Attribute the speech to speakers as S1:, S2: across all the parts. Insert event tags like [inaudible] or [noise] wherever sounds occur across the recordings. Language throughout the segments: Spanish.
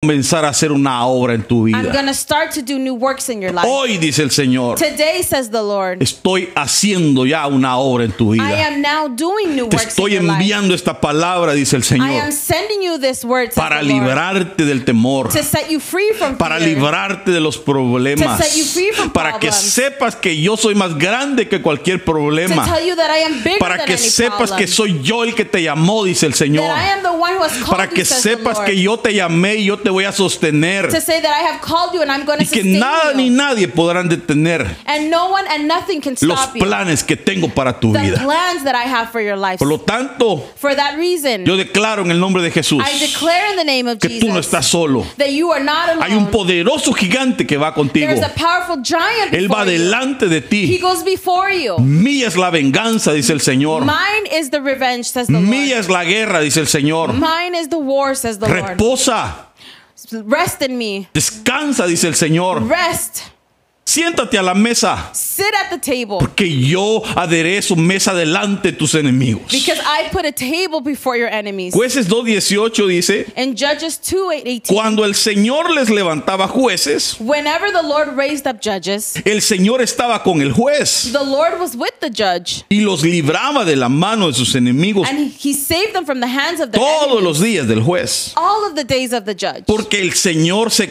S1: comenzar a hacer una obra en tu
S2: I'm
S1: vida. Oh,
S2: going to start to do new works in your life.
S1: Hoy, dice el Señor,
S2: Today, says the Lord,
S1: estoy haciendo ya una obra en tu
S2: I
S1: vida.
S2: am now doing new
S1: Te
S2: works
S1: estoy
S2: in your life.
S1: enviando esta palabra, dice el
S2: I
S1: Señor,
S2: am sending you this word says
S1: para
S2: the Lord,
S1: librarte del temor.
S2: to set you free from
S1: para
S2: fear.
S1: librarte de los problemas,
S2: To set you free from
S1: para que
S2: problems.
S1: sepas que yo soy más grande que cualquier
S2: to
S1: problema,
S2: tell you that I am bigger
S1: para
S2: than
S1: que
S2: any
S1: sepas
S2: problem.
S1: que soy yo el que te llamó, dice el Señor,
S2: that I am the one who has called
S1: para
S2: you,
S1: que
S2: says the
S1: sepas
S2: Lord.
S1: que yo te llamé y yo te voy a sostener
S2: to say that I have called you and I'm going to
S1: y que
S2: sustain
S1: nada
S2: you.
S1: ni nadie podrán detener
S2: and no one and nothing can
S1: los
S2: stop you.
S1: planes que tengo para tu
S2: The
S1: vida.
S2: plans that I have for your life.
S1: Por lo tanto,
S2: for that reason,
S1: yo declaro en el nombre de Jesús
S2: I declare in the name of
S1: que tú
S2: Jesus
S1: no estás solo.
S2: that you are not alone.
S1: Hay un poderoso gigante que va contigo.
S2: There's a powerful giant
S1: Él va
S2: before you.
S1: delante de
S2: He
S1: ti.
S2: goes before you.
S1: Mía es la venganza, dice el Señor.
S2: Mine is the revenge, says the
S1: Mía
S2: Lord.
S1: es la guerra, dice el Señor.
S2: Mine is the war, says the
S1: Reposa,
S2: Lord. Rest in me.
S1: descansa, dice el Señor.
S2: Rest.
S1: Siéntate a la mesa,
S2: Sit at the table.
S1: porque yo aderezo mesa delante de tus enemigos.
S2: Because I put a table before your enemies.
S1: Jueces 2.18 dice,
S2: In Judges 2 8, 18,
S1: cuando el Señor les levantaba jueces,
S2: whenever the Lord raised up judges,
S1: el Señor estaba con el juez
S2: the Lord was with the judge,
S1: y los libraba de la mano de sus enemigos
S2: and he, he saved them from the hands of the
S1: todos los días del juez.
S2: all of the days of the judge.
S1: Porque el Señor se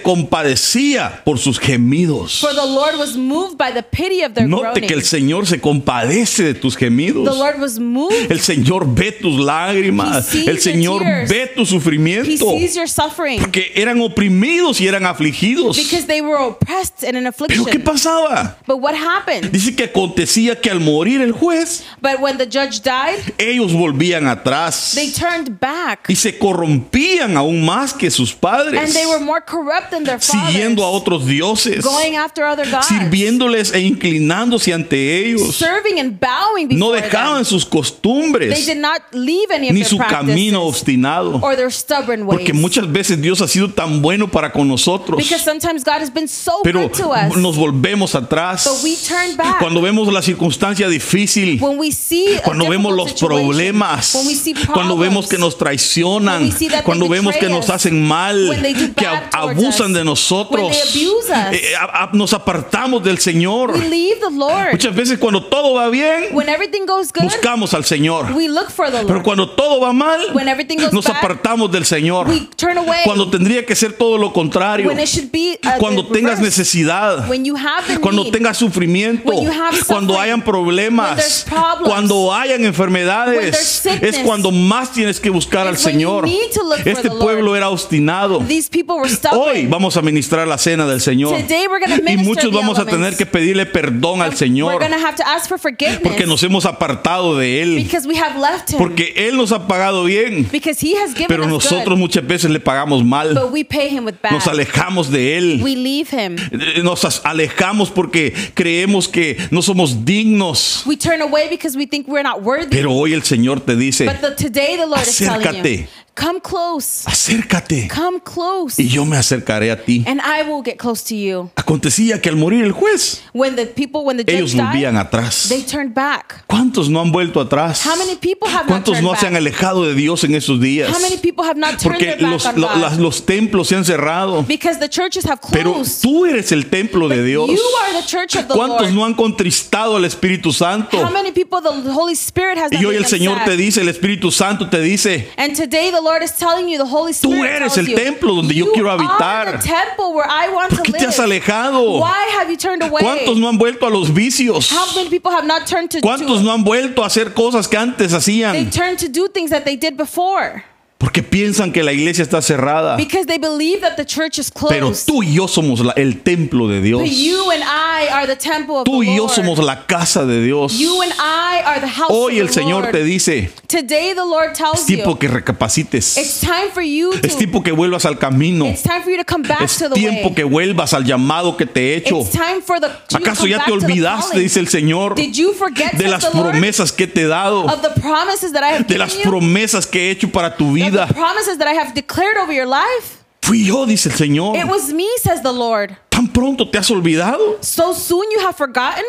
S1: compadecía por sus gemidos.
S2: For the Lord was moved by the pity of their
S1: Note
S2: groaning.
S1: que el Señor se compadece de tus
S2: the
S1: gemidos.
S2: Lord was moved.
S1: El Señor ve tus lágrimas.
S2: He sees
S1: El Señor
S2: your tears.
S1: ve tu
S2: He
S1: sufrimiento.
S2: sees your suffering
S1: Porque eran oprimidos y eran afligidos.
S2: because they were oppressed in an
S1: Pero ¿qué
S2: affliction.
S1: pasaba?
S2: But what happened?
S1: Dice que acontecía que al morir el juez,
S2: But when the judge died,
S1: ellos volvían atrás
S2: they turned back
S1: y se corrompían aún más que sus
S2: and
S1: padres,
S2: they were more corrupt than their
S1: siguiendo a
S2: fathers,
S1: otros dioses,
S2: going after other gods,
S1: sirviéndoles e inclinándose ante ellos.
S2: serving and bowing
S1: No
S2: before them.
S1: dejaban sus
S2: They
S1: costumbres
S2: did not leave any of
S1: ni
S2: their
S1: su camino
S2: practices
S1: obstinado.
S2: or their stubborn ways.
S1: Porque muchas veces Dios ha sido tan bueno para con nosotros,
S2: because sometimes God has been so
S1: pero
S2: good to us.
S1: nos volvemos atrás.
S2: But we turn back.
S1: Cuando vemos la circunstancia difícil,
S2: when we see a
S1: cuando vemos
S2: difficult
S1: los
S2: situation,
S1: problemas,
S2: when we see
S1: cuando vemos
S2: problems,
S1: que nos traicionan,
S2: when we see that they
S1: cuando vemos que
S2: betray
S1: nos
S2: us,
S1: hacen mal,
S2: when they do
S1: que
S2: bad
S1: ab-
S2: towards
S1: abusan
S2: us,
S1: de nosotros,
S2: when they abuse us.
S1: eh, a- a- nos apartamos del Señor.
S2: we leave the Lord.
S1: Muchas veces cuando todo va bien,
S2: when everything goes good,
S1: buscamos al Señor.
S2: we look for the
S1: Pero
S2: Lord.
S1: cuando todo va mal,
S2: When everything goes
S1: nos
S2: bad,
S1: apartamos del Señor.
S2: we turn away.
S1: Cuando tendría que ser todo lo contrario.
S2: when it should be uh,
S1: Cuando
S2: the
S1: tengas
S2: reverse.
S1: necesidad.
S2: When you have the
S1: Cuando
S2: need.
S1: tengas sufrimiento,
S2: When you have
S1: cuando
S2: suffering.
S1: hayan
S2: When there's
S1: problemas,
S2: problems.
S1: cuando hayan
S2: When there's
S1: enfermedades,
S2: sickness.
S1: es cuando más tienes que buscar al
S2: It's when you
S1: Señor.
S2: need to look for
S1: Este
S2: the Lord.
S1: pueblo era obstinado.
S2: These people were
S1: Hoy
S2: stubborn.
S1: vamos a ministrar la cena del Señor.
S2: Today we're gonna
S1: Y
S2: minister
S1: muchos
S2: the
S1: vamos a tener
S2: elements.
S1: que pedirle perdón al
S2: We're
S1: Señor
S2: going to have to ask for forgiveness
S1: porque nos hemos apartado de Él.
S2: because we have left him.
S1: Porque Él nos ha pagado bien.
S2: because he has given
S1: Pero
S2: us
S1: nosotros
S2: good,
S1: muchas veces le pagamos mal,
S2: but we pay him with bad.
S1: nos alejamos de Él,
S2: we leave him.
S1: eh, nos as- alejamos porque creemos que no somos dignos.
S2: We turn away because we think we're not worthy.
S1: Pero hoy el Señor te
S2: But
S1: dice,
S2: the, today the Lord is telling you,
S1: Acércate.
S2: come close,
S1: acércate
S2: come close,
S1: y yo me acercaré a ti.
S2: and I will get close to you.
S1: Acontecía que al morir el juez,
S2: When the people, when the
S1: ellos
S2: judge died,
S1: volvían atrás.
S2: they turned back.
S1: ¿Cuántos no han vuelto atrás?
S2: How many people have not
S1: ¿Cuántos
S2: turned
S1: no se han
S2: back?
S1: alejado de Dios en estos días?
S2: How many people have not turned
S1: Porque
S2: their back
S1: los,
S2: on
S1: lo-
S2: God?
S1: las- los templos se han cerrado.
S2: because the churches have
S1: Pero
S2: closed.
S1: tú eres el templo de Dios.
S2: you are the church of the
S1: ¿Cuántos
S2: Lord.
S1: no han contristado al Espíritu Santo?
S2: How many people the Holy Spirit has not
S1: Y hoy
S2: made
S1: el
S2: them
S1: Señor
S2: sad?
S1: te dice, el Espíritu Santo te dice,
S2: And today the Lord is telling you, the Holy
S1: tú
S2: Spirit
S1: eres
S2: tells
S1: el
S2: you,
S1: templo donde yo
S2: you
S1: quiero
S2: are
S1: habitar.
S2: the temple where I want
S1: ¿Por
S2: to
S1: qué te has
S2: live.
S1: alejado?
S2: Why have you turned away?
S1: ¿Cuántos no han vuelto a los vicios?
S2: How many people have not turned to
S1: ¿Cuántos
S2: to-
S1: no han vuelto a hacer cosas que antes
S2: They
S1: hacían?
S2: turned to do things that they did before
S1: Porque piensan que la iglesia está cerrada.
S2: because they believe that the church is closed.
S1: Pero tú y yo somos la- el templo de Dios.
S2: but you and I are the temple of
S1: Tú
S2: the
S1: y yo
S2: Lord.
S1: somos la casa de Dios.
S2: you and I are the house
S1: Hoy el
S2: of the
S1: Señor
S2: Lord.
S1: te dice,
S2: Today the Lord
S1: es
S2: tells you,
S1: tiempo que recapacites.
S2: it's time for you to
S1: Es tiempo que vuelvas al camino.
S2: It's time for you to come back
S1: Es
S2: to the
S1: tiempo
S2: way.
S1: que vuelvas al llamado que te he hecho.
S2: It's time for the you to
S1: ¿Acaso
S2: come
S1: ya
S2: back
S1: te
S2: to the
S1: olvidaste,
S2: calling?
S1: dice el Señor,
S2: Did you forget
S1: de
S2: says
S1: las
S2: the Lord,
S1: promesas que te he dado,
S2: of the promises that I have
S1: de
S2: given
S1: las
S2: you?
S1: promesas que he hecho para tu
S2: Of
S1: vida?
S2: the promises that I have declared over your life?
S1: Fui yo, dice el Señor.
S2: It was me, says the Lord.
S1: ¿Tan pronto te has olvidado?
S2: So soon you have forgotten?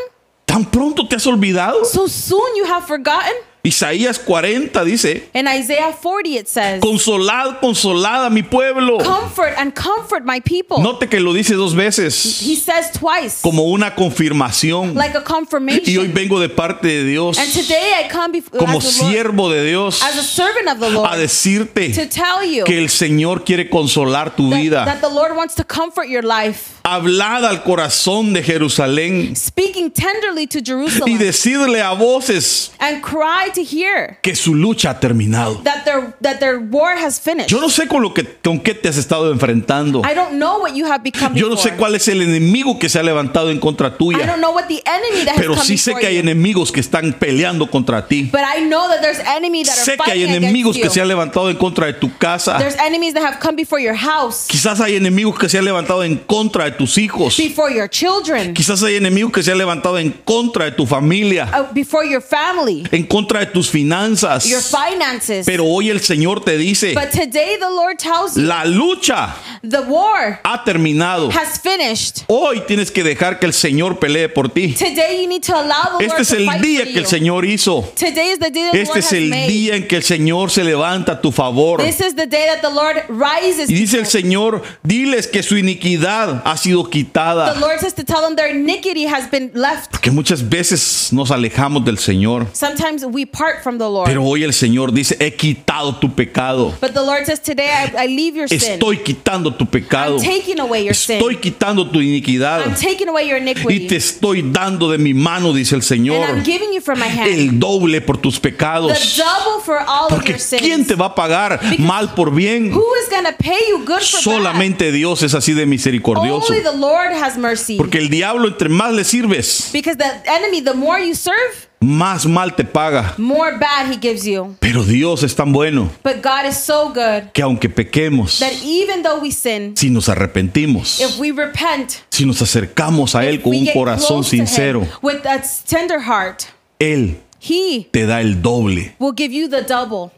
S1: ¿Tan pronto te has olvidado?
S2: So soon you have forgotten?
S1: Y Isaías 40 dice,
S2: In Isaiah 40, it says,
S1: consolad, consolad a mi pueblo.
S2: Comfort and comfort my people.
S1: Note que lo dice dos veces,
S2: He says twice,
S1: como una confirmación.
S2: like a confirmation.
S1: Y hoy vengo de parte de Dios,
S2: and today I come before
S1: como
S2: as, the Lord-
S1: siervo de Dios,
S2: as a servant of the Lord
S1: a
S2: to
S1: decirte
S2: tell you
S1: que el Señor quiere consolar tu
S2: that,
S1: vida.
S2: that the Lord wants to comfort your life,
S1: Hablad al corazón de Jerusalén
S2: speaking tenderly to Jerusalem
S1: y decirle a voces
S2: and cry to hear
S1: que su lucha ha terminado.
S2: that their that their war has finished.
S1: Yo no sé con lo que con qué te has estado enfrentando.
S2: I don't know what you have become
S1: Yo no
S2: before.
S1: sé cuál es el enemigo que se ha levantado en contra
S2: I don't
S1: tuya,
S2: know what the enemy that
S1: pero
S2: has
S1: sí
S2: come
S1: sé
S2: before
S1: que hay
S2: you.
S1: enemigos que están peleando contra ti.
S2: But I know that there's enemy that
S1: Sé
S2: are
S1: que hay
S2: fighting
S1: enemigos que
S2: against
S1: se
S2: you.
S1: han levantado en contra de tu casa.
S2: There's enemies that have come before your house,
S1: Quizás hay enemigos que se han levantado en contra de tus hijos.
S2: before your children,
S1: Quizás hay enemigos que se han levantado en contra de tu familia,
S2: uh, before your family,
S1: en contra de tus
S2: your
S1: finanzas.
S2: finances.
S1: Pero hoy el Señor te dice,
S2: but today the Lord tells you
S1: la lucha
S2: the war
S1: ha terminado.
S2: has finished.
S1: Hoy tienes que dejar que el Señor pelee por ti.
S2: Today you need to allow the
S1: Este
S2: Lord
S1: es
S2: to
S1: el
S2: fight
S1: día
S2: for
S1: que el
S2: you.
S1: Señor hizo.
S2: Today is the day that the
S1: Este
S2: Lord
S1: es
S2: has
S1: el
S2: made.
S1: día en que el Señor se levanta a tu favor.
S2: This is the day that the Lord rises.
S1: Y dice el
S2: people.
S1: Señor, diles que su iniquidad ha sido
S2: the
S1: quitada.
S2: Lord says to tell them their iniquity has been left.
S1: Que muchas veces nos alejamos del Señor.
S2: Sometimes we part from the Lord.
S1: Pero hoy el Señor dice, he quitado tu pecado.
S2: but the Lord says, Today I, I leave your sin.
S1: Estoy quitando tu pecado.
S2: I'm taking away your
S1: Estoy
S2: sin.
S1: quitando tu iniquidad.
S2: I'm taking away your
S1: Y
S2: iniquity.
S1: te estoy dando de mi mano, dice el
S2: and
S1: Señor,
S2: I'm giving you from my hand
S1: el doble por tus
S2: the
S1: pecados.
S2: double for all of
S1: Porque
S2: your sins.
S1: ¿quién te va a pagar mal por bien?
S2: Who is going to pay you good for
S1: Solamente Dios es así de
S2: bad?
S1: misericordioso.
S2: Only the Lord has mercy.
S1: Porque el diablo entre más le sirves,
S2: because the enemy, the more you serve,
S1: más mal te paga.
S2: more bad he gives you.
S1: Pero Dios es tan bueno
S2: But God is so good
S1: que aunque pequemos,
S2: that even though we sin,
S1: si nos arrepentimos,
S2: if we repent,
S1: si nos acercamos a Él con
S2: we
S1: un
S2: get
S1: corazón
S2: close to
S1: sincero,
S2: him with a tender heart,
S1: Él
S2: he
S1: te da el doble.
S2: will give you the double.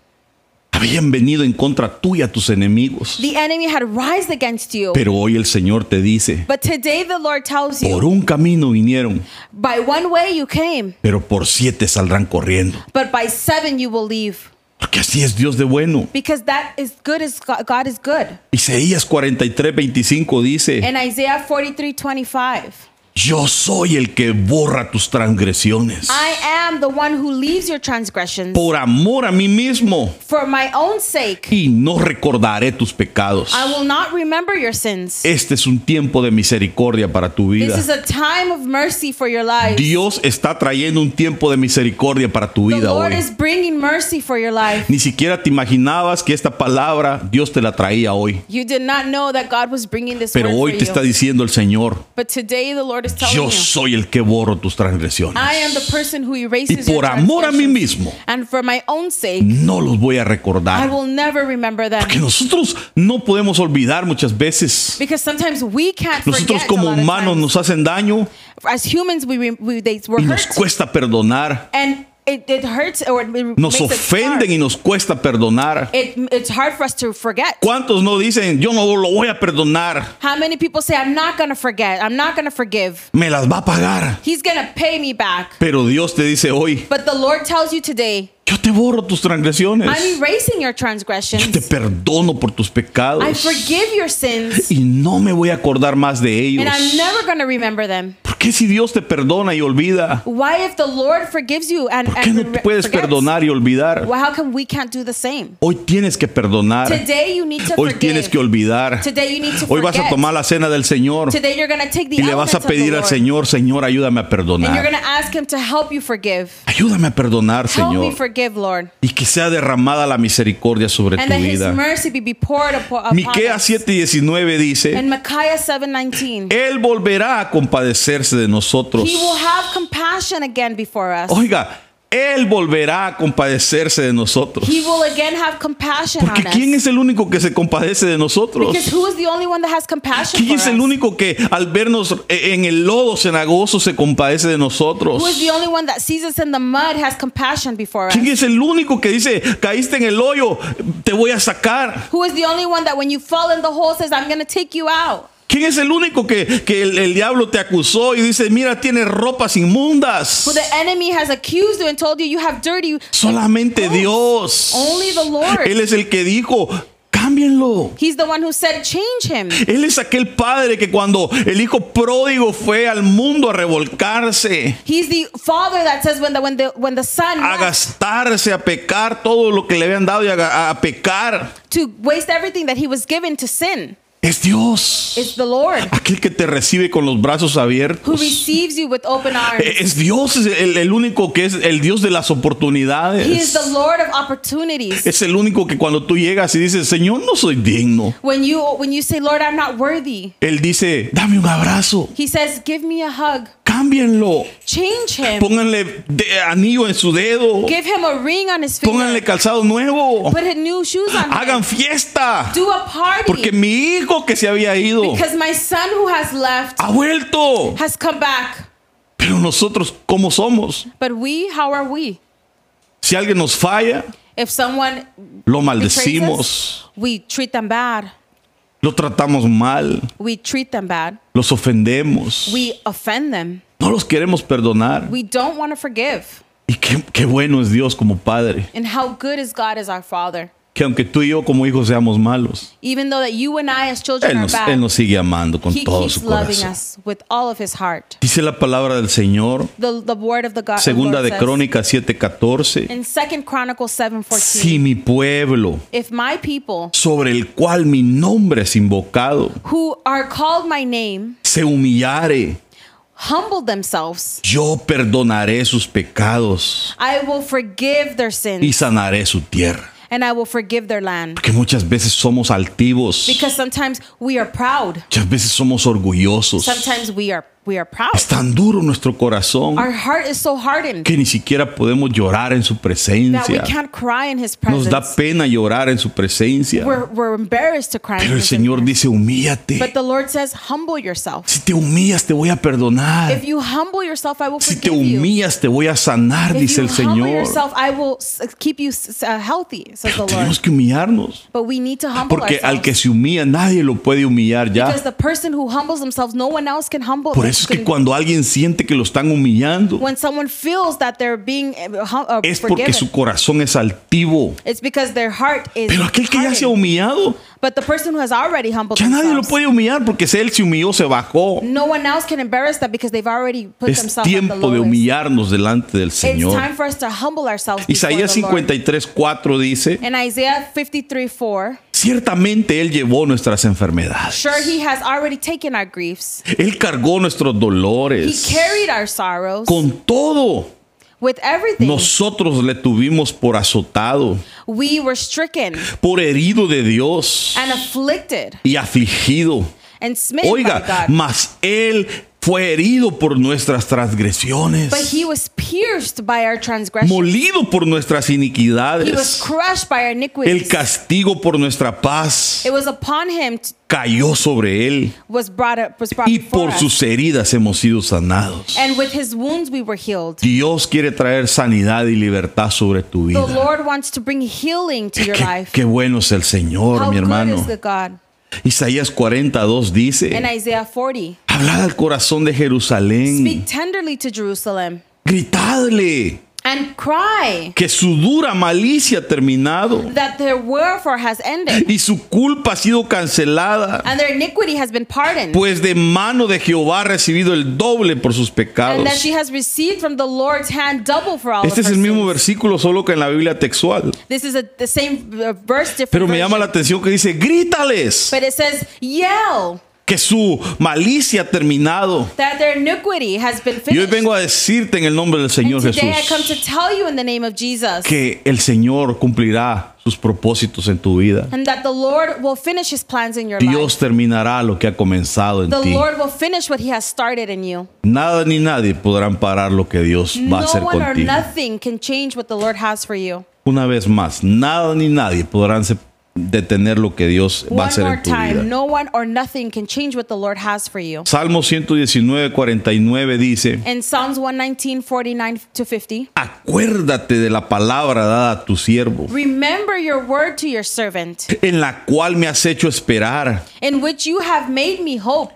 S1: Habían venido en contra tuya tus enemigos,
S2: The enemy had rised against you.
S1: pero hoy el Señor te dice,
S2: But today the Lord tells
S1: por
S2: you,
S1: un camino vinieron,
S2: by one way you came,
S1: pero por siete saldrán corriendo.
S2: but by seven you will leave.
S1: Porque así es Dios de bueno.
S2: Because that is good as God, God is good.
S1: Isaías 43, 25 dice,
S2: In Isaiah 43 25,
S1: yo soy el que borra tus transgresiones.
S2: I am the one who leaves your transgressions
S1: Por amor a mí mismo.
S2: for my own sake.
S1: Y no recordaré tus pecados.
S2: I will not remember your sins.
S1: Este es un tiempo de misericordia para tu vida.
S2: This is a time of mercy for your life.
S1: Dios está trayendo un tiempo de misericordia para tu
S2: The
S1: vida
S2: Lord
S1: hoy.
S2: is bringing mercy for your life.
S1: Ni siquiera te imaginabas que esta palabra Dios te la traía hoy.
S2: You did not know that God was bringing this
S1: Pero
S2: word
S1: hoy
S2: for
S1: te
S2: you.
S1: está diciendo el Señor,
S2: But today the Lord is telling
S1: yo
S2: you,
S1: soy el que borro tus transgresiones.
S2: I am the person who
S1: Y
S2: erases your
S1: por amor a mí
S2: transgressions.
S1: mismo,
S2: And for my own sake,
S1: no los voy a
S2: I
S1: recordar.
S2: will never remember them.
S1: Porque nosotros no podemos olvidar muchas veces.
S2: Because sometimes we can't
S1: Nosotros
S2: forget a
S1: como
S2: lot of
S1: humanos
S2: times.
S1: nos hacen daño
S2: As humans, we, re- we they were
S1: y nos
S2: hurt.
S1: cuesta perdonar.
S2: And it, it hurts or it
S1: Nos
S2: makes us hard.
S1: ofenden y nos cuesta perdonar.
S2: It, it's hard for us to forget.
S1: ¿Cuántos no dicen, yo no lo voy a perdonar?
S2: How many people say, I'm not going to forget. I'm not going to forgive.
S1: Me las va a pagar.
S2: He's going to pay me back.
S1: Pero Dios te dice hoy,
S2: But the Lord tells you today,
S1: yo te borro tus
S2: I'm
S1: transgresiones.
S2: erasing your
S1: Yo te
S2: transgressions.
S1: perdono por tus
S2: I
S1: pecados.
S2: forgive
S1: [laughs]
S2: your sins.
S1: Y no me voy a acordar más de ellos.
S2: And I'm never going to remember them.
S1: ¿Por qué si Dios te perdona y olvida?
S2: Why, if the Lord forgives you and,
S1: ¿Por qué
S2: and
S1: no te
S2: re-
S1: puedes
S2: forgets,
S1: perdonar y olvidar?
S2: well, how come we can't do the same?
S1: Hoy tienes que perdonar.
S2: Today you need to
S1: Hoy
S2: forgive.
S1: tienes que olvidar.
S2: Today you need to
S1: Hoy vas a
S2: forget.
S1: tomar la cena del Señor
S2: Today you're going to take the
S1: y le vas a
S2: elements of the
S1: pedir al
S2: Lord,
S1: Señor, Señor, ayúdame a
S2: And you're
S1: perdonar.
S2: going to ask him to help you forgive.
S1: Ayúdame a perdonar,
S2: Help me
S1: Señor.
S2: forgive, Lord.
S1: y que sea derramada la misericordia sobre
S2: And
S1: tu
S2: that his
S1: vida.
S2: mercy be, be poured upo- upon
S1: Miqueas
S2: us.
S1: 7:19 dice,
S2: And Micaiah 7:19.
S1: él volverá a compadecerse de nosotros.
S2: He will have compassion again before us.
S1: Oiga, él volverá a compadecerse de nosotros.
S2: He will again have compassion
S1: Porque
S2: on us.
S1: quién es el único que se compadece de nosotros?
S2: Because who is the only one that has compassion
S1: ¿Quién
S2: for
S1: es el
S2: us?
S1: único que al vernos e- en el lodo cenagoso se compadece de nosotros?
S2: Who is the only one that sees us in the mud has compassion before us?
S1: ¿Quién es el único que dice, caíste en el hoyo, te voy a sacar?
S2: Who is the only one that when you fall in the hole says, I'm going to take you out?
S1: ¿Quién es el único que, que el, el diablo te acusó y dice, mira, tiene ropas inmundas?
S2: Who the enemy has accused you and told you you have dirty.
S1: Solamente
S2: clothes.
S1: Dios.
S2: Oh, Only the Lord.
S1: Él es el que dijo, cámbienlo.
S2: He's the one who said, change him.
S1: Él es aquel padre que cuando el hijo pródigo fue al mundo a revolcarse,
S2: He's the father that says when the when the when the son
S1: a
S2: left
S1: gastarse, a pecar todo lo que le habían dado y a, ga- a pecar,
S2: to waste everything that he was given to sin.
S1: es Dios.
S2: It's the Lord
S1: Aquel que te recibe con los brazos
S2: who
S1: abiertos.
S2: receives you with open arms.
S1: E- Es Dios, es el, el único que es el Dios de las
S2: He is
S1: oportunidades.
S2: the Lord of opportunities.
S1: Es el único que cuando tú llegas y dices, Señor, no soy digno.
S2: When you when you say, Lord, I'm not worthy,
S1: Él dice, dame un abrazo,
S2: He says, Give me a hug.
S1: cámbienlo,
S2: Change him.
S1: pónganle de- anillo en su dedo,
S2: Give him a ring on his
S1: Oh. pónganle
S2: finger.
S1: calzado nuevo,
S2: Put his new shoes on.
S1: hagan
S2: Him.
S1: fiesta,
S2: Do a party.
S1: porque mi hijo que se había ido
S2: Because my son who has left
S1: ha vuelto.
S2: has come back.
S1: Pero nosotros, ¿cómo somos?
S2: But we, how are we?
S1: Si alguien nos falla,
S2: If someone
S1: lo
S2: betrays
S1: maldecimos,
S2: us, we treat them bad.
S1: lo tratamos mal,
S2: We treat them bad.
S1: los ofendemos,
S2: We offend them.
S1: no los queremos perdonar.
S2: We don't want to forgive.
S1: Y qué, qué bueno es Dios como Padre,
S2: And how good is God as our Father?
S1: que aunque tú y yo como hijos seamos malos,
S2: Even though that you and I as children
S1: Él
S2: are
S1: nos,
S2: bad,
S1: Él nos sigue amando con
S2: He
S1: todo
S2: keeps
S1: su
S2: loving
S1: corazón.
S2: us with all of His heart.
S1: Dice la palabra del Señor,
S2: The, the word of the God. the
S1: segunda
S2: Lord
S1: de
S2: says,
S1: Crónicas 7:14.
S2: In Second Chronicles seven fourteen.
S1: Si mi pueblo,
S2: If my people
S1: sobre el cual mi nombre es invocado,
S2: who are called my name
S1: se humillare,
S2: humble themselves,
S1: yo perdonaré sus pecados
S2: I will forgive their
S1: y
S2: sins
S1: sanaré su tierra.
S2: and I will forgive their land.
S1: Porque muchas veces somos altivos,
S2: Because sometimes we are proud.
S1: muchas veces somos orgullosos.
S2: Sometimes we are we are proud.
S1: Es tan duro nuestro corazón
S2: Our heart is so hardened
S1: que ni siquiera podemos llorar en su
S2: that we
S1: presencia.
S2: can't cry in His
S1: Nos da
S2: presence.
S1: pena llorar en su presencia.
S2: We're, we're embarrassed to cry. in
S1: Pero el
S2: His
S1: Señor
S2: presence.
S1: dice, humíllate.
S2: But the Lord says, humble yourself.
S1: Si te humillas, te voy a perdonar.
S2: If you humble yourself, I will
S1: Si te
S2: forgive you.
S1: humillas, te voy a sanar,
S2: If
S1: dice
S2: you
S1: el
S2: humble
S1: Señor.
S2: yourself, I will s- keep you s- uh, healthy, says the
S1: Pero
S2: Lord.
S1: tenemos que humillarnos.
S2: But we need to humble
S1: Porque al
S2: ourselves.
S1: que se humilla, nadie lo puede humillar ya.
S2: because the person who humbles themselves, no one else can humble.
S1: Por eso es que
S2: can-
S1: cuando alguien siente que lo están humillando,
S2: when someone feels that they're being uh, hum- uh,
S1: es porque
S2: forgiven,
S1: su corazón es altivo.
S2: it's because their heart is.
S1: Pero aquel que ya se ha
S2: hardened.
S1: humillado,
S2: but the person who has already humbled
S1: ya nadie lo
S2: themselves,
S1: puede humillar porque si él se humilló, se bajó.
S2: no one else can embarrass them because they've already put
S1: Es
S2: themselves at the
S1: tiempo de
S2: lowest.
S1: humillarnos delante del
S2: It's
S1: Señor.
S2: time for us to humble ourselves. before
S1: Isaías
S2: the Lord.
S1: 53, 4 dice,
S2: In Isaiah 53 4,
S1: ciertamente Él llevó nuestras enfermedades.
S2: sure, he has already taken our griefs.
S1: Él cargó nuestros
S2: He
S1: dolores.
S2: carried our sorrows
S1: Con todo,
S2: with everything.
S1: nosotros le tuvimos por azotado,
S2: We were stricken
S1: por herido de Dios
S2: and afflicted
S1: y afligido.
S2: and smitten by
S1: Oiga,
S2: God.
S1: mas Él fue herido por nuestras
S2: But
S1: transgresiones,
S2: he was pierced by our transgressions.
S1: molido por nuestras
S2: He was
S1: iniquidades.
S2: crushed by our
S1: El
S2: iniquities.
S1: castigo por nuestra paz
S2: It was upon him t-
S1: cayó sobre Él
S2: was brought up was brought
S1: y
S2: before
S1: por
S2: us.
S1: sus heridas hemos sido sanados.
S2: And with his wounds we were healed.
S1: Dios quiere traer sanidad y libertad sobre tu
S2: The
S1: vida.
S2: Lord wants to bring healing to your
S1: Qué,
S2: life.
S1: qué bueno es el Señor,
S2: How
S1: mi
S2: good
S1: hermano.
S2: is the God?
S1: Isaías 42
S2: In
S1: dice,
S2: Isaiah 40,
S1: hablad al corazón de Jerusalén,
S2: speak tenderly to Jerusalem
S1: gritadle
S2: and cry
S1: que su dura malicia ha terminado
S2: that their warfare has ended
S1: y su culpa ha sido cancelada,
S2: and their iniquity has been pardoned.
S1: pues de mano de Jehová ha recibido el doble por sus
S2: and
S1: pecados.
S2: that she has received from the Lord's hand double for all
S1: Este es
S2: of her
S1: el mismo
S2: sins.
S1: versículo, solo que en la Biblia textual.
S2: This is a, the same uh, verse, different
S1: Pero me llama la
S2: version.
S1: atención que dice, grítales
S2: But it says, yell
S1: que su malicia ha terminado.
S2: that their iniquity has been
S1: Y hoy
S2: finished.
S1: vengo a decirte en el nombre del Señor
S2: and today I come
S1: Jesús
S2: to tell you in the name of Jesus
S1: que el Señor cumplirá sus propósitos en tu vida.
S2: and that the Lord will finish his plans in your life.
S1: Dios terminará lo que ha comenzado en
S2: The
S1: ti.
S2: Lord will finish what he has started in you.
S1: Nada ni nadie podrán parar lo que Dios va a hacer
S2: no one or
S1: contigo.
S2: nothing can change what the Lord has for you.
S1: Una vez más, nada ni nadie podrán se- detener lo que Dios va a
S2: One
S1: hacer
S2: more
S1: en tu
S2: time.
S1: vida.
S2: No one or nothing can change what the Lord has for you.
S1: Salmo 119, 49 dice,
S2: In Psalms 119, 49 to 50,
S1: acuérdate de la palabra dada a tu siervo,
S2: remember your word to your servant,
S1: en la cual me has hecho esperar.
S2: in which you have made me hope.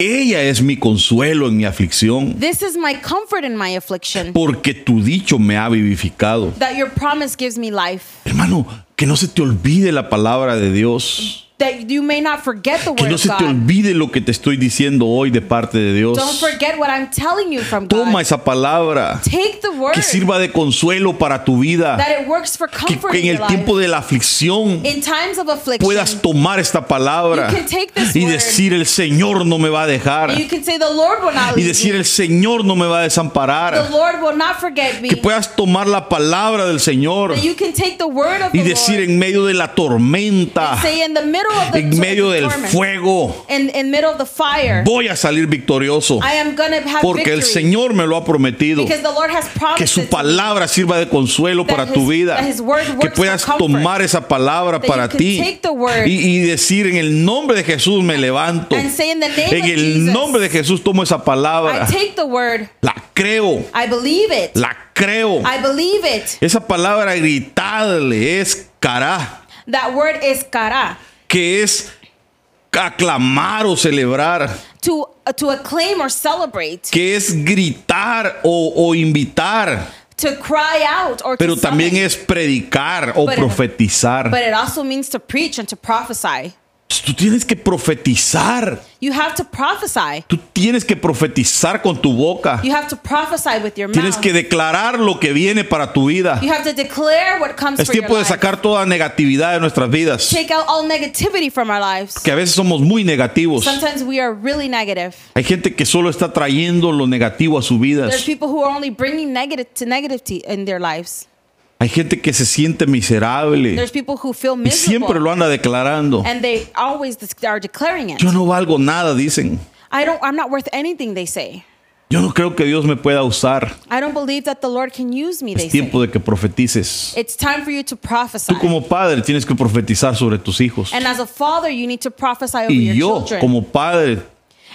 S1: Ella es mi consuelo en mi aflicción,
S2: This is my comfort in my affliction,
S1: porque tu dicho me ha vivificado.
S2: that your promise gives me life,
S1: Hermano, que no se te olvide la palabra de Dios.
S2: that you may not forget the
S1: Que
S2: word
S1: no
S2: of
S1: se te
S2: God.
S1: olvide lo que te estoy diciendo hoy de parte de
S2: Don't
S1: Dios.
S2: forget what I'm telling you from
S1: Toma
S2: God.
S1: esa palabra.
S2: Take the word
S1: Que sirva de consuelo para tu vida.
S2: that it works for
S1: Que,
S2: comfort
S1: que en
S2: in
S1: el
S2: your
S1: tiempo
S2: life.
S1: de la aflicción
S2: In times of affliction,
S1: puedas tomar esta palabra
S2: You can take this
S1: y
S2: word.
S1: decir el Señor no me va a dejar.
S2: you can say, The Lord will not
S1: Y
S2: leave
S1: decir
S2: me.
S1: el Señor no me va a
S2: The
S1: desamparar.
S2: Lord will not forget me.
S1: Que puedas tomar la palabra del Señor
S2: That you can take the word of
S1: y
S2: the
S1: decir
S2: Lord
S1: en medio de la
S2: and
S1: tormenta,
S2: say in the middle of the
S1: en medio
S2: the
S1: del
S2: torment,
S1: fuego,
S2: in in middle of the fire,
S1: voy a salir victorioso.
S2: I am gonna have
S1: Porque el
S2: victory
S1: Señor me lo ha prometido.
S2: because the Lord has promised
S1: Que
S2: it
S1: su
S2: to me,
S1: palabra sirva de consuelo
S2: That
S1: para
S2: his-
S1: tu vida.
S2: that his word
S1: Que
S2: works
S1: puedas
S2: for comfort.
S1: tomar esa palabra
S2: That
S1: para
S2: you can
S1: ti.
S2: take the word.
S1: Y, y decir en el nombre de Jesús me levanto.
S2: and say in the name
S1: En
S2: of
S1: el
S2: Jesus,
S1: nombre de Jesús tomo esa
S2: I
S1: palabra.
S2: take the word.
S1: La creo.
S2: I believe it.
S1: La creo.
S2: I believe it.
S1: Esa palabra gritarle es cará,
S2: That word is kara
S1: que es aclamar o celebrar,
S2: to uh, to acclaim or celebrate,
S1: que es gritar o, o invitar,
S2: to cry out or
S1: pero
S2: to
S1: también
S2: summon.
S1: es predicar o
S2: Pero-
S1: profetizar.
S2: But it also means to preach and to prophesy.
S1: Tú tienes que profetizar,
S2: You have to prophesy.
S1: tú tienes que profetizar con tu boca,
S2: You have to prophesy with your
S1: tienes
S2: mouth.
S1: que declarar lo que viene para tu vida.
S2: You have to declare what comes
S1: Es
S2: for your
S1: tiempo de
S2: life.
S1: sacar toda negatividad de nuestras vidas,
S2: Take out all negativity from our lives.
S1: que a veces somos muy negativos.
S2: Sometimes we are really negative.
S1: Hay gente que solo está trayendo lo negativo a su vida.
S2: There's people who are only bringing negative to negativity in their lives.
S1: Hay gente que se siente miserable
S2: There's people who feel
S1: y siempre lo
S2: miserable
S1: anda declarando.
S2: and they always dis- are declaring it.
S1: Yo no valgo nada, dicen.
S2: I don't I'm not worth anything they say.
S1: Yo no creo que Dios me pueda usar.
S2: I don't believe that the Lord can use me they
S1: Es
S2: say.
S1: tiempo de que profetices.
S2: It's time for you to prophesy.
S1: Tú como padre tienes que profetizar sobre tus hijos.
S2: And as a father, you need to prophesy over
S1: Y
S2: your
S1: yo
S2: children.
S1: como padre,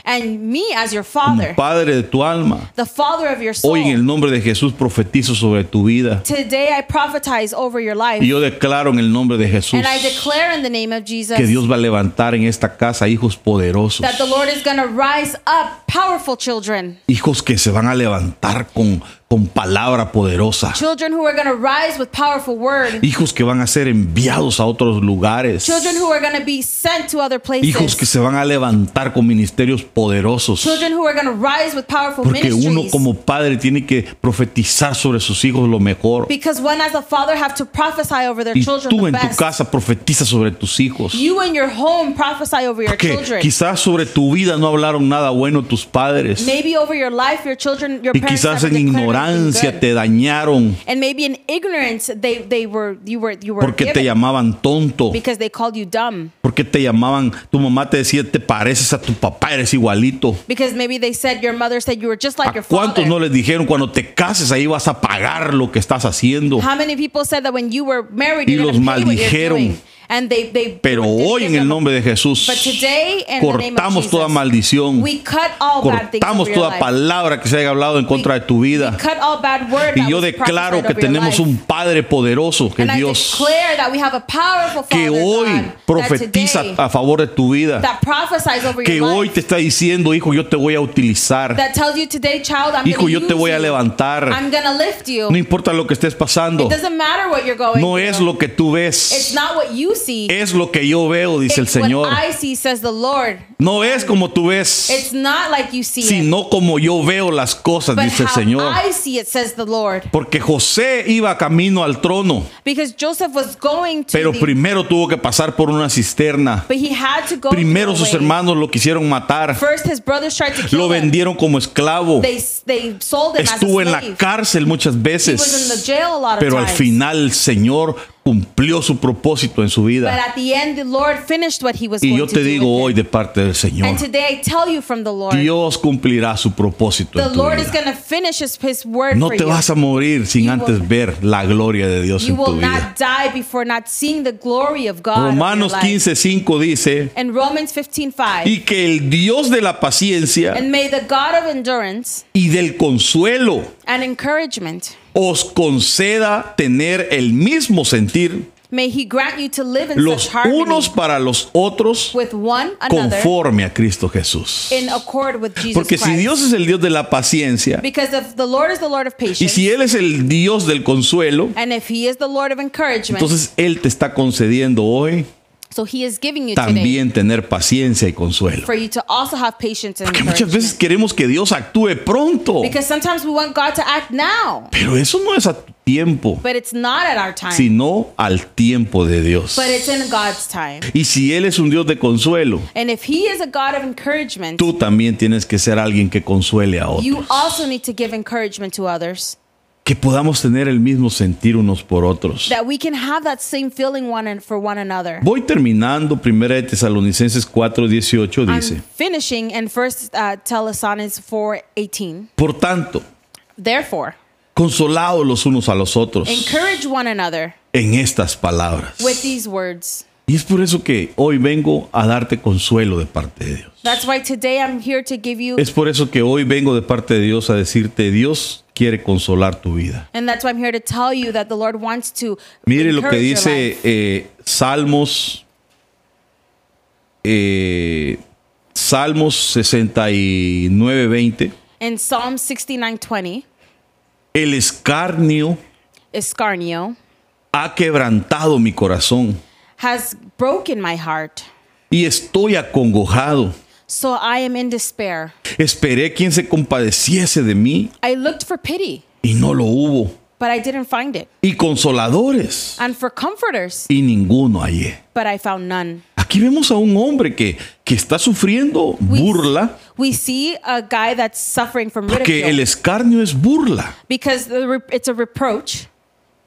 S2: And me as your
S1: como
S2: father,
S1: padre de tu alma,
S2: the father of your
S1: hoy en
S2: soul.
S1: el nombre de Jesús profetizo sobre tu vida.
S2: Today I prophesize over your life.
S1: Y yo declaro en el nombre de Jesús
S2: And I declare in the name of Jesus
S1: que Dios va a levantar en esta casa hijos poderosos.
S2: that the Lord is going to rise up powerful children,
S1: Hijos que se van a levantar con, con palabra poderosa.
S2: children who are going to rise with powerful word,
S1: Hijos que van a ser enviados a otros lugares.
S2: children who are going to be sent to other
S1: Hijos que
S2: places,
S1: se van a levantar con ministerios poderosos.
S2: children who are going to rise with powerful
S1: Porque uno
S2: ministries.
S1: como padre tiene que profetizar sobre sus hijos lo mejor.
S2: Because one as a father have to prophesy over their
S1: Y
S2: children
S1: tú
S2: the
S1: en tu
S2: best.
S1: casa profetiza sobre tus hijos.
S2: You and your home prophesy over your
S1: Porque
S2: children.
S1: quizás sobre tu vida no hablaron nada bueno tus padres.
S2: Maybe over your life, your children, your
S1: Y
S2: parents
S1: quizás
S2: never
S1: en
S2: declared anything
S1: ignorancia
S2: good.
S1: te dañaron
S2: And maybe in ignorance, they, they were you were you were
S1: porque te
S2: given
S1: llamaban tonto.
S2: because they called you dumb.
S1: Porque te llamaban, tu mamá te decía, te pareces a tu papá, eres igualito.
S2: Because maybe they said your mother said you were just like
S1: ¿A
S2: your
S1: cuántos
S2: father.
S1: no les dijeron cuando te cases ahí vas a pagar lo que estás haciendo?
S2: How many people said that when you were married
S1: Y
S2: you're
S1: los
S2: gonna pay what you're
S1: maldijeron.
S2: doing? And they they
S1: Pero
S2: they
S1: hoy en
S2: did
S1: el
S2: them.
S1: nombre de Jesús
S2: But today in the name of
S1: cortamos
S2: Jesus,
S1: toda maldición,
S2: we cut all bad things
S1: cortamos
S2: over your
S1: toda
S2: life.
S1: palabra que se haya hablado en contra de tu vida.
S2: We cut all bad word
S1: Y
S2: that
S1: yo
S2: was
S1: declaro
S2: prophesied
S1: que
S2: over your
S1: tenemos
S2: life.
S1: un Padre poderoso, que es
S2: And I
S1: Dios,
S2: declare that we have a powerful
S1: que
S2: Father
S1: hoy
S2: God, that
S1: profetiza
S2: today,
S1: a favor de tu vida,
S2: that prophesies over
S1: que
S2: your
S1: hoy
S2: life,
S1: te está diciendo, hijo, yo te voy a utilizar,
S2: that tells you today, child, I'm
S1: hijo,
S2: gonna
S1: yo te
S2: use
S1: voy a
S2: you.
S1: levantar,
S2: I'm gonna lift you.
S1: no importa lo que estés pasando,
S2: It doesn't matter what you're going
S1: no
S2: through.
S1: es lo que tú ves,
S2: It's not what you see.
S1: es lo que yo veo, dice el
S2: It's what
S1: Señor.
S2: I see, says the Lord.
S1: No es como tú ves,
S2: It's not like you see it,
S1: sino como yo veo las cosas,
S2: but
S1: dice el
S2: how
S1: Señor.
S2: I see it, says the Lord.
S1: Porque José iba camino al trono,
S2: Because Joseph was going to,
S1: pero
S2: the-
S1: primero tuvo que pasar por una cisterna.
S2: but he had to go.
S1: Primero
S2: through a
S1: sus
S2: way.
S1: hermanos lo quisieron matar,
S2: First, his brothers tried to
S1: lo
S2: kill him.
S1: vendieron como esclavo,
S2: They they sold him as a
S1: estuvo en la
S2: slave.
S1: cárcel muchas
S2: He was in the
S1: veces,
S2: jail a lot of
S1: pero al
S2: times.
S1: final el Señor cumplió su propósito en su
S2: But
S1: vida.
S2: at the end, the Lord finished what he was
S1: Y
S2: going
S1: yo
S2: to
S1: te
S2: do
S1: digo
S2: with
S1: hoy
S2: it.
S1: de parte del Señor,
S2: And today I tell you from the Lord,
S1: Dios cumplirá su propósito
S2: the
S1: en tu
S2: Lord is
S1: vida.
S2: going to finish his, his word
S1: No
S2: for
S1: te
S2: you.
S1: vas a morir sin
S2: You
S1: antes
S2: will-
S1: ver la gloria de Dios
S2: you
S1: en
S2: will
S1: tu vida.
S2: not die before not seeing the glory of God. in your
S1: Romanos
S2: life.
S1: 15:5 dice,
S2: And Romans 15:5.
S1: y que el Dios de la paciencia
S2: And may the God of endurance
S1: y del consuelo
S2: and encouragement,
S1: os conceda tener el mismo sentir
S2: may he grant you to live in such
S1: los
S2: harmony
S1: unos para los otros
S2: with one another
S1: conforme a Cristo Jesús.
S2: in accord with Jesus
S1: Porque si
S2: Christ.
S1: Dios es el Dios de la paciencia
S2: because if the Lord is the Lord of
S1: y
S2: patience,
S1: si Él es el Dios del consuelo,
S2: and if he is the Lord of encouragement,
S1: entonces Él te está concediendo hoy
S2: so he is giving you today
S1: también tener paciencia y consuelo.
S2: for you to also have patience and
S1: Porque muchas
S2: encouragement.
S1: veces queremos que Dios actúe pronto,
S2: because sometimes we want God to act now,
S1: pero eso no es a tu tiempo,
S2: but it's not at our time,
S1: sino al tiempo de Dios.
S2: but it's in God's time.
S1: Y si Él es un Dios de consuelo,
S2: And if he is a God of encouragement,
S1: tú también tienes que ser alguien que consuele a
S2: you
S1: otros.
S2: also need to give encouragement to others.
S1: Que podamos tener el mismo sentir unos por otros.
S2: that we can have that same feeling one and for one another.
S1: Voy terminando, primera de Tesalonicenses 4:18 dice,
S2: I'm finishing in First uh, Thessalonians four eighteen.
S1: por tanto,
S2: Therefore,
S1: consolados los unos a los otros
S2: encourage one another
S1: en estas palabras.
S2: with these words.
S1: Y es por eso que hoy vengo a darte consuelo de parte de Dios.
S2: That's why today I'm here to give you,
S1: Es por eso que hoy vengo de parte de Dios a decirte, Dios quiere consolar tu vida.
S2: and that's why I'm here to tell you that the Lord wants to
S1: Mire lo que
S2: encourage your
S1: dice
S2: life.
S1: eh, Salmos, eh, Salmos 69, 20.
S2: in Psalm sixty nine twenty.
S1: El escarnio
S2: Iscarnio
S1: ha quebrantado mi corazón
S2: has broken my heart,
S1: y estoy acongojado.
S2: so I am in despair.
S1: Esperé quien se compadeciese de mí
S2: I looked for pity,
S1: y no lo hubo.
S2: but I didn't find it,
S1: Y consoladores
S2: and for comforters,
S1: y ninguno hallé.
S2: but I found none.
S1: Aquí vemos a un hombre que, que está sufriendo
S2: We-
S1: burla,
S2: We see a guy that's suffering from
S1: porque el
S2: ridicule
S1: escarnio es burla.
S2: because the re- it's a reproach.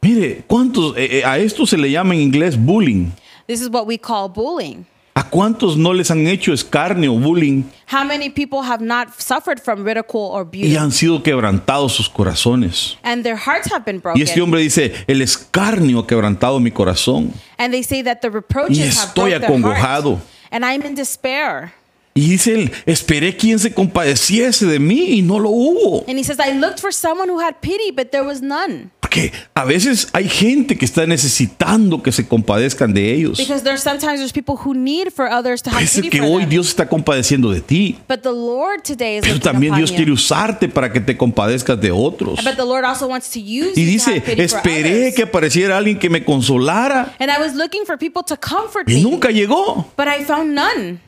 S1: Mire, ¿cuántos, eh, eh, a esto se le llama en inglés bullying?
S2: This is what we call bullying.
S1: ¿A cuántos no les han hecho escarnio, bullying,
S2: How many people have not suffered from ridicule or abuse,
S1: y han sido quebrantados sus corazones?
S2: and their hearts have been
S1: Y
S2: broken?
S1: este hombre dice, el escarnio ha quebrantado mi corazón.
S2: and they say that the reproaches
S1: Y
S2: have
S1: estoy
S2: broken their
S1: acongojado.
S2: heart, and I'm in despair.
S1: Y dice él, esperé quien se compadeciese de mí y no lo hubo.
S2: And he says, I looked for someone who had pity, but there was none.
S1: Porque a veces hay gente que está necesitando que se compadezcan de ellos.
S2: Because there's sometimes there's people who need for others to have
S1: Parece
S2: pity
S1: que
S2: for
S1: hoy
S2: them.
S1: Dios está compadeciendo de ti.
S2: but the Lord today is
S1: Pero
S2: looking
S1: también
S2: upon
S1: Dios
S2: you.
S1: quiere usarte para que te compadezcas de otros.
S2: But the Lord also wants to use
S1: Y
S2: you to
S1: dice,
S2: have pity for
S1: esperé
S2: others.
S1: que apareciera alguien que me consolara
S2: And I was looking for people to comfort
S1: y
S2: me,
S1: nunca llegó.
S2: but I found none.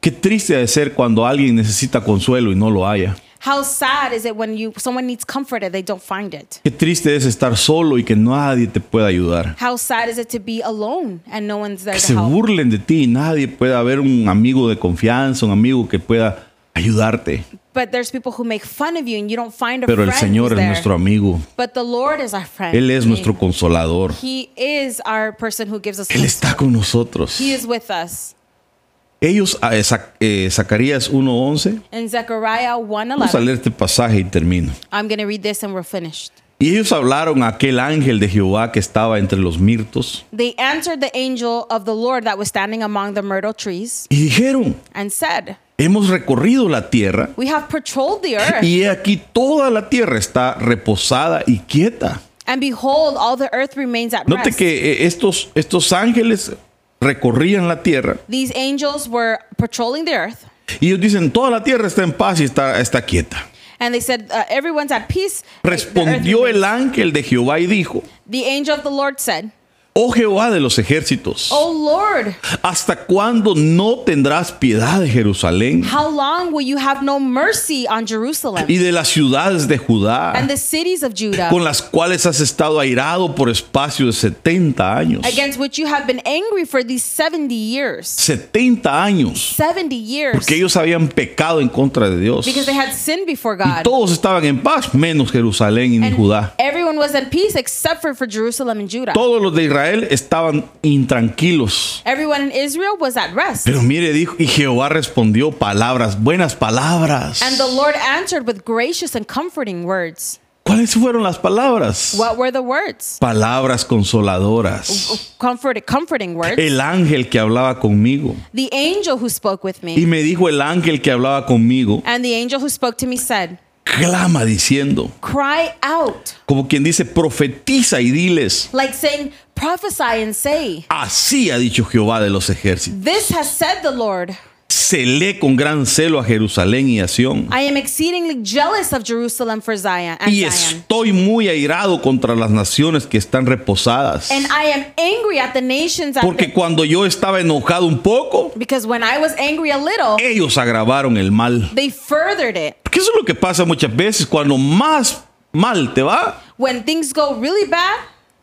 S1: Qué triste ha de ser cuando alguien necesita consuelo y no lo haya.
S2: How sad is it when you someone needs comfort and they don't find it?
S1: Qué triste es estar solo y que nadie te pueda ayudar.
S2: How sad is it to be alone and no one's there
S1: Que
S2: to
S1: se
S2: help?
S1: burlen de ti y nadie pueda haber un amigo de confianza, un amigo que pueda ayudarte.
S2: But there's people who make fun of you and you don't find a
S1: Pero el
S2: friend
S1: Señor
S2: who's
S1: es
S2: there.
S1: nuestro amigo.
S2: But the Lord is our friend.
S1: Él es nuestro consolador.
S2: He is our person who gives us
S1: Él
S2: comfort.
S1: está con nosotros.
S2: He is with us.
S1: Ellos, a Zac- eh, Zacarías 1.11,
S2: In Zechariah
S1: vamos a
S2: 1:11,
S1: leer este pasaje y termino.
S2: I'm going to read this and we're finished.
S1: Y ellos hablaron a aquel ángel de Jehová que estaba entre los mirtos
S2: They answered the angel of the Lord that was standing among the myrtle trees
S1: y dijeron,
S2: and said,
S1: hemos recorrido la tierra
S2: We have patrolled the earth,
S1: y he aquí toda la tierra está reposada y quieta.
S2: and behold, all the earth remains at
S1: Note
S2: rest.
S1: que eh, estos, estos ángeles recorrían la tierra
S2: These angels were patrolling the earth,
S1: y ellos dicen, toda la tierra está en paz y está, está quieta.
S2: and they said, uh, Everyone's at peace. The earth
S1: Respondió
S2: remains.
S1: el ángel de Jehová y dijo,
S2: The angel of the Lord said,
S1: oh Jehová de los ejércitos,
S2: O Lord,
S1: ¿hasta cuándo no tendrás piedad de Jerusalén
S2: how long will you have no mercy on Jerusalem
S1: y de las ciudades de Judá?
S2: and the cities of Judah,
S1: con las cuales has estado airado por espacio de 70 años.
S2: against which you have been angry for these 70 years?
S1: 70 años.
S2: 70 years.
S1: Porque ellos habían pecado en contra de Dios.
S2: Because they
S1: Y
S2: had sinned before God.
S1: todos estaban en paz, menos Jerusalén y
S2: And
S1: Judá.
S2: everyone was at peace except for, for Jerusalem and Judah.
S1: Todos los de Israel estaban intranquilos.
S2: Everyone in Israel was at rest.
S1: Pero mire, dijo, y Jehová respondió palabras, buenas palabras.
S2: And the Lord answered with gracious and comforting words.
S1: ¿Cuáles fueron las palabras?
S2: What Oh, were the words?
S1: Palabras consoladoras.
S2: Comfort, comforting words.
S1: El ángel que hablaba conmigo.
S2: The angel who spoke with me.
S1: Y me dijo el ángel que hablaba conmigo,
S2: And the angel who spoke to me said,
S1: clama diciendo,
S2: Cry out,
S1: como quien dice, profetiza y diles,
S2: like saying, Prophesy and say,
S1: así ha dicho Jehová de los ejércitos.
S2: This has said the Lord.
S1: Celé con gran celo a Jerusalén y a Sión.
S2: I am exceedingly jealous of Jerusalem for Zion and
S1: Y
S2: Zion.
S1: estoy muy airado contra las naciones que están reposadas.
S2: And I am angry at the nations at
S1: Porque cuando yo estaba enojado un poco,
S2: because when I was angry a little,
S1: ellos agravaron el mal.
S2: they furthered it.
S1: Porque eso es lo que pasa muchas veces. Cuando más mal te va,
S2: When things go really bad,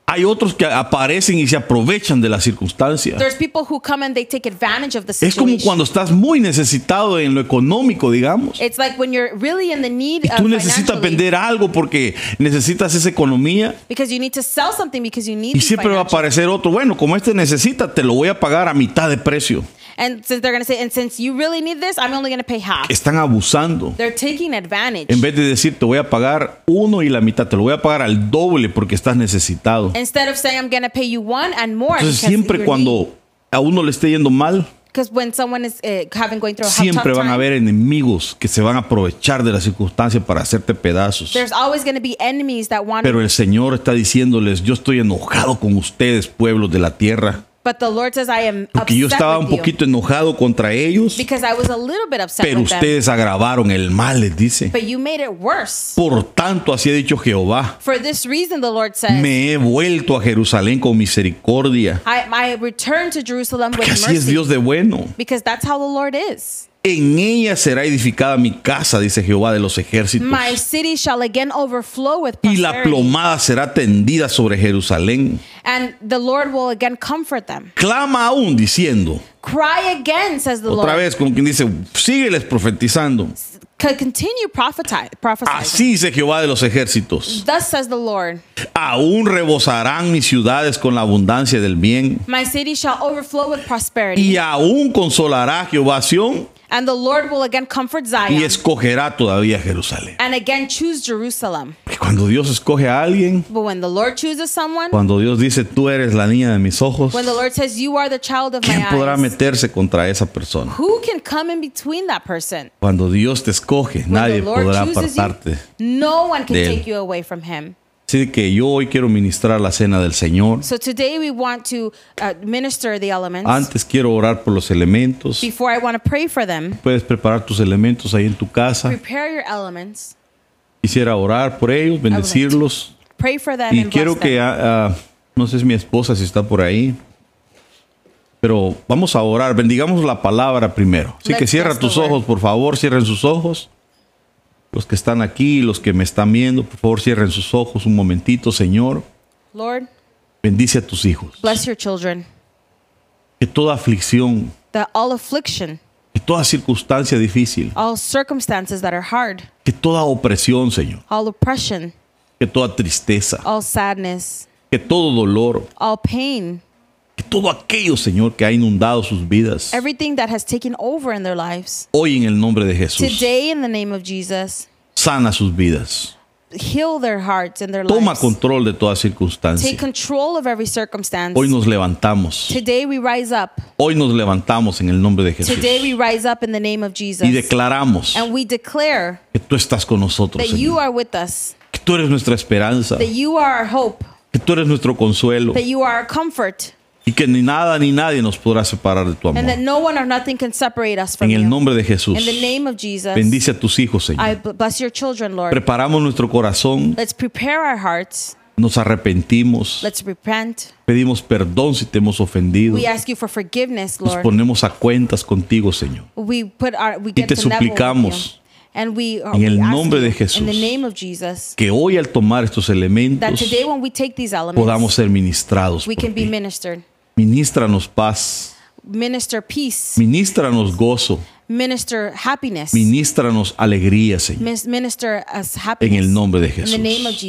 S1: hay otros que aparecen y se aprovechan de las circunstancias.
S2: there's people who come and they take advantage of the
S1: Es como
S2: situation.
S1: cuando estás muy necesitado en lo económico, digamos.
S2: It's like when you're really in the need
S1: Y
S2: of
S1: tú necesitas
S2: financially,
S1: vender algo porque necesitas esa economía.
S2: because you need to sell something because you need
S1: Y
S2: the
S1: siempre va a
S2: financial-
S1: aparecer otro. Bueno, como este necesita, te lo voy a pagar a mitad de precio.
S2: And since they're going to say, and since you really need this, I'm only going to pay half.
S1: Están abusando.
S2: They're taking advantage.
S1: En vez de decir, te voy a pagar uno y la mitad, te lo voy a pagar al doble porque estás necesitado.
S2: Instead of saying, I'm going to pay you one and more.
S1: Entonces siempre cuando a uno le esté yendo mal,
S2: Because when someone is uh, having going through a hard tough
S1: siempre van a
S2: time,
S1: haber enemigos que se van a aprovechar de las circunstancias para hacerte pedazos.
S2: there's always going to be enemies that want
S1: Pero el Señor está diciéndoles, yo estoy enojado con ustedes, pueblos de la tierra,
S2: But the Lord says, I am
S1: porque yo
S2: upset
S1: estaba un
S2: with you."
S1: poquito enojado contra ellos,
S2: Because I was a little bit upset
S1: pero
S2: with them.
S1: ustedes agravaron el mal, les dice.
S2: But you made it worse.
S1: Por tanto, así ha dicho Jehová,
S2: For this reason, the Lord says,
S1: me he vuelto a Jerusalén con misericordia,
S2: I, I returned to Jerusalem with
S1: que así es
S2: mercy.
S1: Dios de bueno.
S2: Because that's how the Lord is.
S1: En ella será edificada mi casa, dice Jehová de los ejércitos,
S2: My city shall again overflow with
S1: y la
S2: prosperity.
S1: plomada será tendida sobre Jerusalén.
S2: And the Lord will again comfort them.
S1: Clama aún diciendo,
S2: Cry again, says the
S1: otra
S2: Lord.
S1: vez como quien dice, sígueles profetizando.
S2: C- continue prophesy, prophesying.
S1: Así dice Jehová de los ejércitos.
S2: Thus says the Lord,
S1: Aún rebosarán mis ciudades con la abundancia del bien.
S2: my city shall overflow with prosperity.
S1: Y aún consolará Jehová a Sión
S2: And the Lord will again comfort
S1: y
S2: Zion
S1: escogerá todavía Jerusalén.
S2: and again choose Jerusalem.
S1: Porque cuando Dios escoge a alguien,
S2: But when the Lord chooses someone,
S1: cuando Dios dice, tú eres la niña de mis ojos,
S2: when the Lord says, You are the child of
S1: ¿quién
S2: my
S1: podrá
S2: eyes,
S1: meterse contra esa persona?
S2: who can come in between that person?
S1: Cuando Dios te escoge,
S2: When
S1: nadie
S2: the Lord
S1: podrá
S2: chooses
S1: apartarte.
S2: you, no one can
S1: de él.
S2: take you away from Him.
S1: Así que yo hoy quiero ministrar la cena del Señor.
S2: So today we want to uh, minister the elements.
S1: Antes quiero orar por los elementos.
S2: Before I want to pray for them,
S1: Puedes preparar tus elementos ahí en tu casa.
S2: prepare your elements,
S1: Quisiera orar por ellos, bendecirlos.
S2: pray for them,
S1: Y
S2: and bless
S1: quiero que,
S2: them.
S1: ah, ah, no sé si mi esposa si está por ahí, pero vamos a orar, bendigamos la palabra primero. Así que
S2: Let's
S1: cierra
S2: bless the
S1: tus
S2: word.
S1: ojos, por favor, cierren sus ojos. Los que están aquí, los que me están viendo, por favor, cierren sus ojos un momentito, Señor.
S2: Lord,
S1: Bendice a tus hijos.
S2: bless your children.
S1: Que toda aflicción,
S2: That all affliction,
S1: que toda circunstancia difícil,
S2: all circumstances that are hard,
S1: que toda opresión, Señor,
S2: all oppression,
S1: que toda tristeza,
S2: all sadness,
S1: que todo dolor,
S2: all pain,
S1: que todo aquello, Señor, que ha inundado sus vidas.
S2: everything that has taken over in their lives.
S1: Hoy en el nombre de Jesús,
S2: Today, in the name of Jesus,
S1: sana sus vidas.
S2: heal their hearts and their
S1: Toma
S2: lives.
S1: control de toda
S2: Take
S1: circunstancia.
S2: control of every circumstance.
S1: Hoy nos levantamos.
S2: Today we rise up.
S1: Hoy nos levantamos en el nombre de Jesús.
S2: Today we rise up in the name of Jesus.
S1: Y declaramos
S2: And we declare
S1: que tú estás con nosotros,
S2: that you
S1: Señor.
S2: are with us,
S1: Que tú eres nuestra esperanza.
S2: that you are our hope,
S1: Que tú eres nuestro consuelo.
S2: that you are our comfort,
S1: Y que ni nada ni nadie nos podrá separar de tu amor.
S2: and that no one or nothing can separate us from
S1: En el
S2: you.
S1: nombre de Jesús.
S2: In the name of Jesus,
S1: Bendice a tus hijos,
S2: I
S1: Señor.
S2: bl- bless your children, Lord.
S1: Preparamos nuestro corazón.
S2: Let's prepare our hearts.
S1: Nos arrepentimos.
S2: Let's repent.
S1: Pedimos perdón si te hemos ofendido.
S2: We ask you for forgiveness,
S1: Nos
S2: Lord.
S1: ponemos a cuentas contigo, Señor.
S2: We put our we
S1: Y
S2: get
S1: te
S2: to level with
S1: suplicamos
S2: you. And we,
S1: en el
S2: we ask
S1: nombre
S2: you,
S1: de Jesús
S2: in the name of Jesus,
S1: Que hoy al tomar estos
S2: that
S1: elementos
S2: today when we take these
S1: podamos
S2: elements,
S1: ser ministrados.
S2: we
S1: por
S2: can be
S1: ti.
S2: ministered.
S1: Ministranos paz.
S2: Minister peace.
S1: Ministranos gozo.
S2: Minister happiness.
S1: Ministranos alegría, Señor,
S2: Mis- Minister us
S1: en
S2: happiness.
S1: el nombre de
S2: In the name of
S1: Jesús.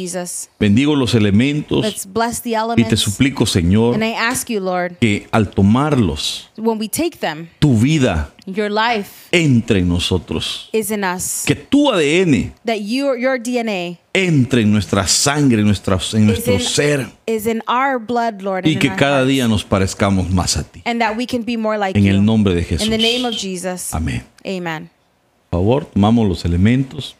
S2: Jesus.
S1: Bendigo los
S2: Let's
S1: elementos
S2: bless the
S1: y te
S2: elements.
S1: suplico, Señor,
S2: And I ask you, Lord,
S1: que al tomarlos,
S2: when we take them,
S1: tu vida
S2: your life
S1: entre en nosotros.
S2: is in us.
S1: Que tu ADN
S2: That your, your DNA
S1: entre en nuestra sangre, en, nuestra- en
S2: is
S1: nuestro
S2: in,
S1: ser,
S2: is in our blood, Lord.
S1: y
S2: And, in
S1: que
S2: our
S1: cada
S2: heart.
S1: día nos parezcamos más a ti.
S2: and that we can be more like
S1: En
S2: you.
S1: el nombre de
S2: In
S1: Jesús.
S2: the name of Jesus.
S1: Amén.
S2: Amen.
S1: Por favor, tomamos los elementos.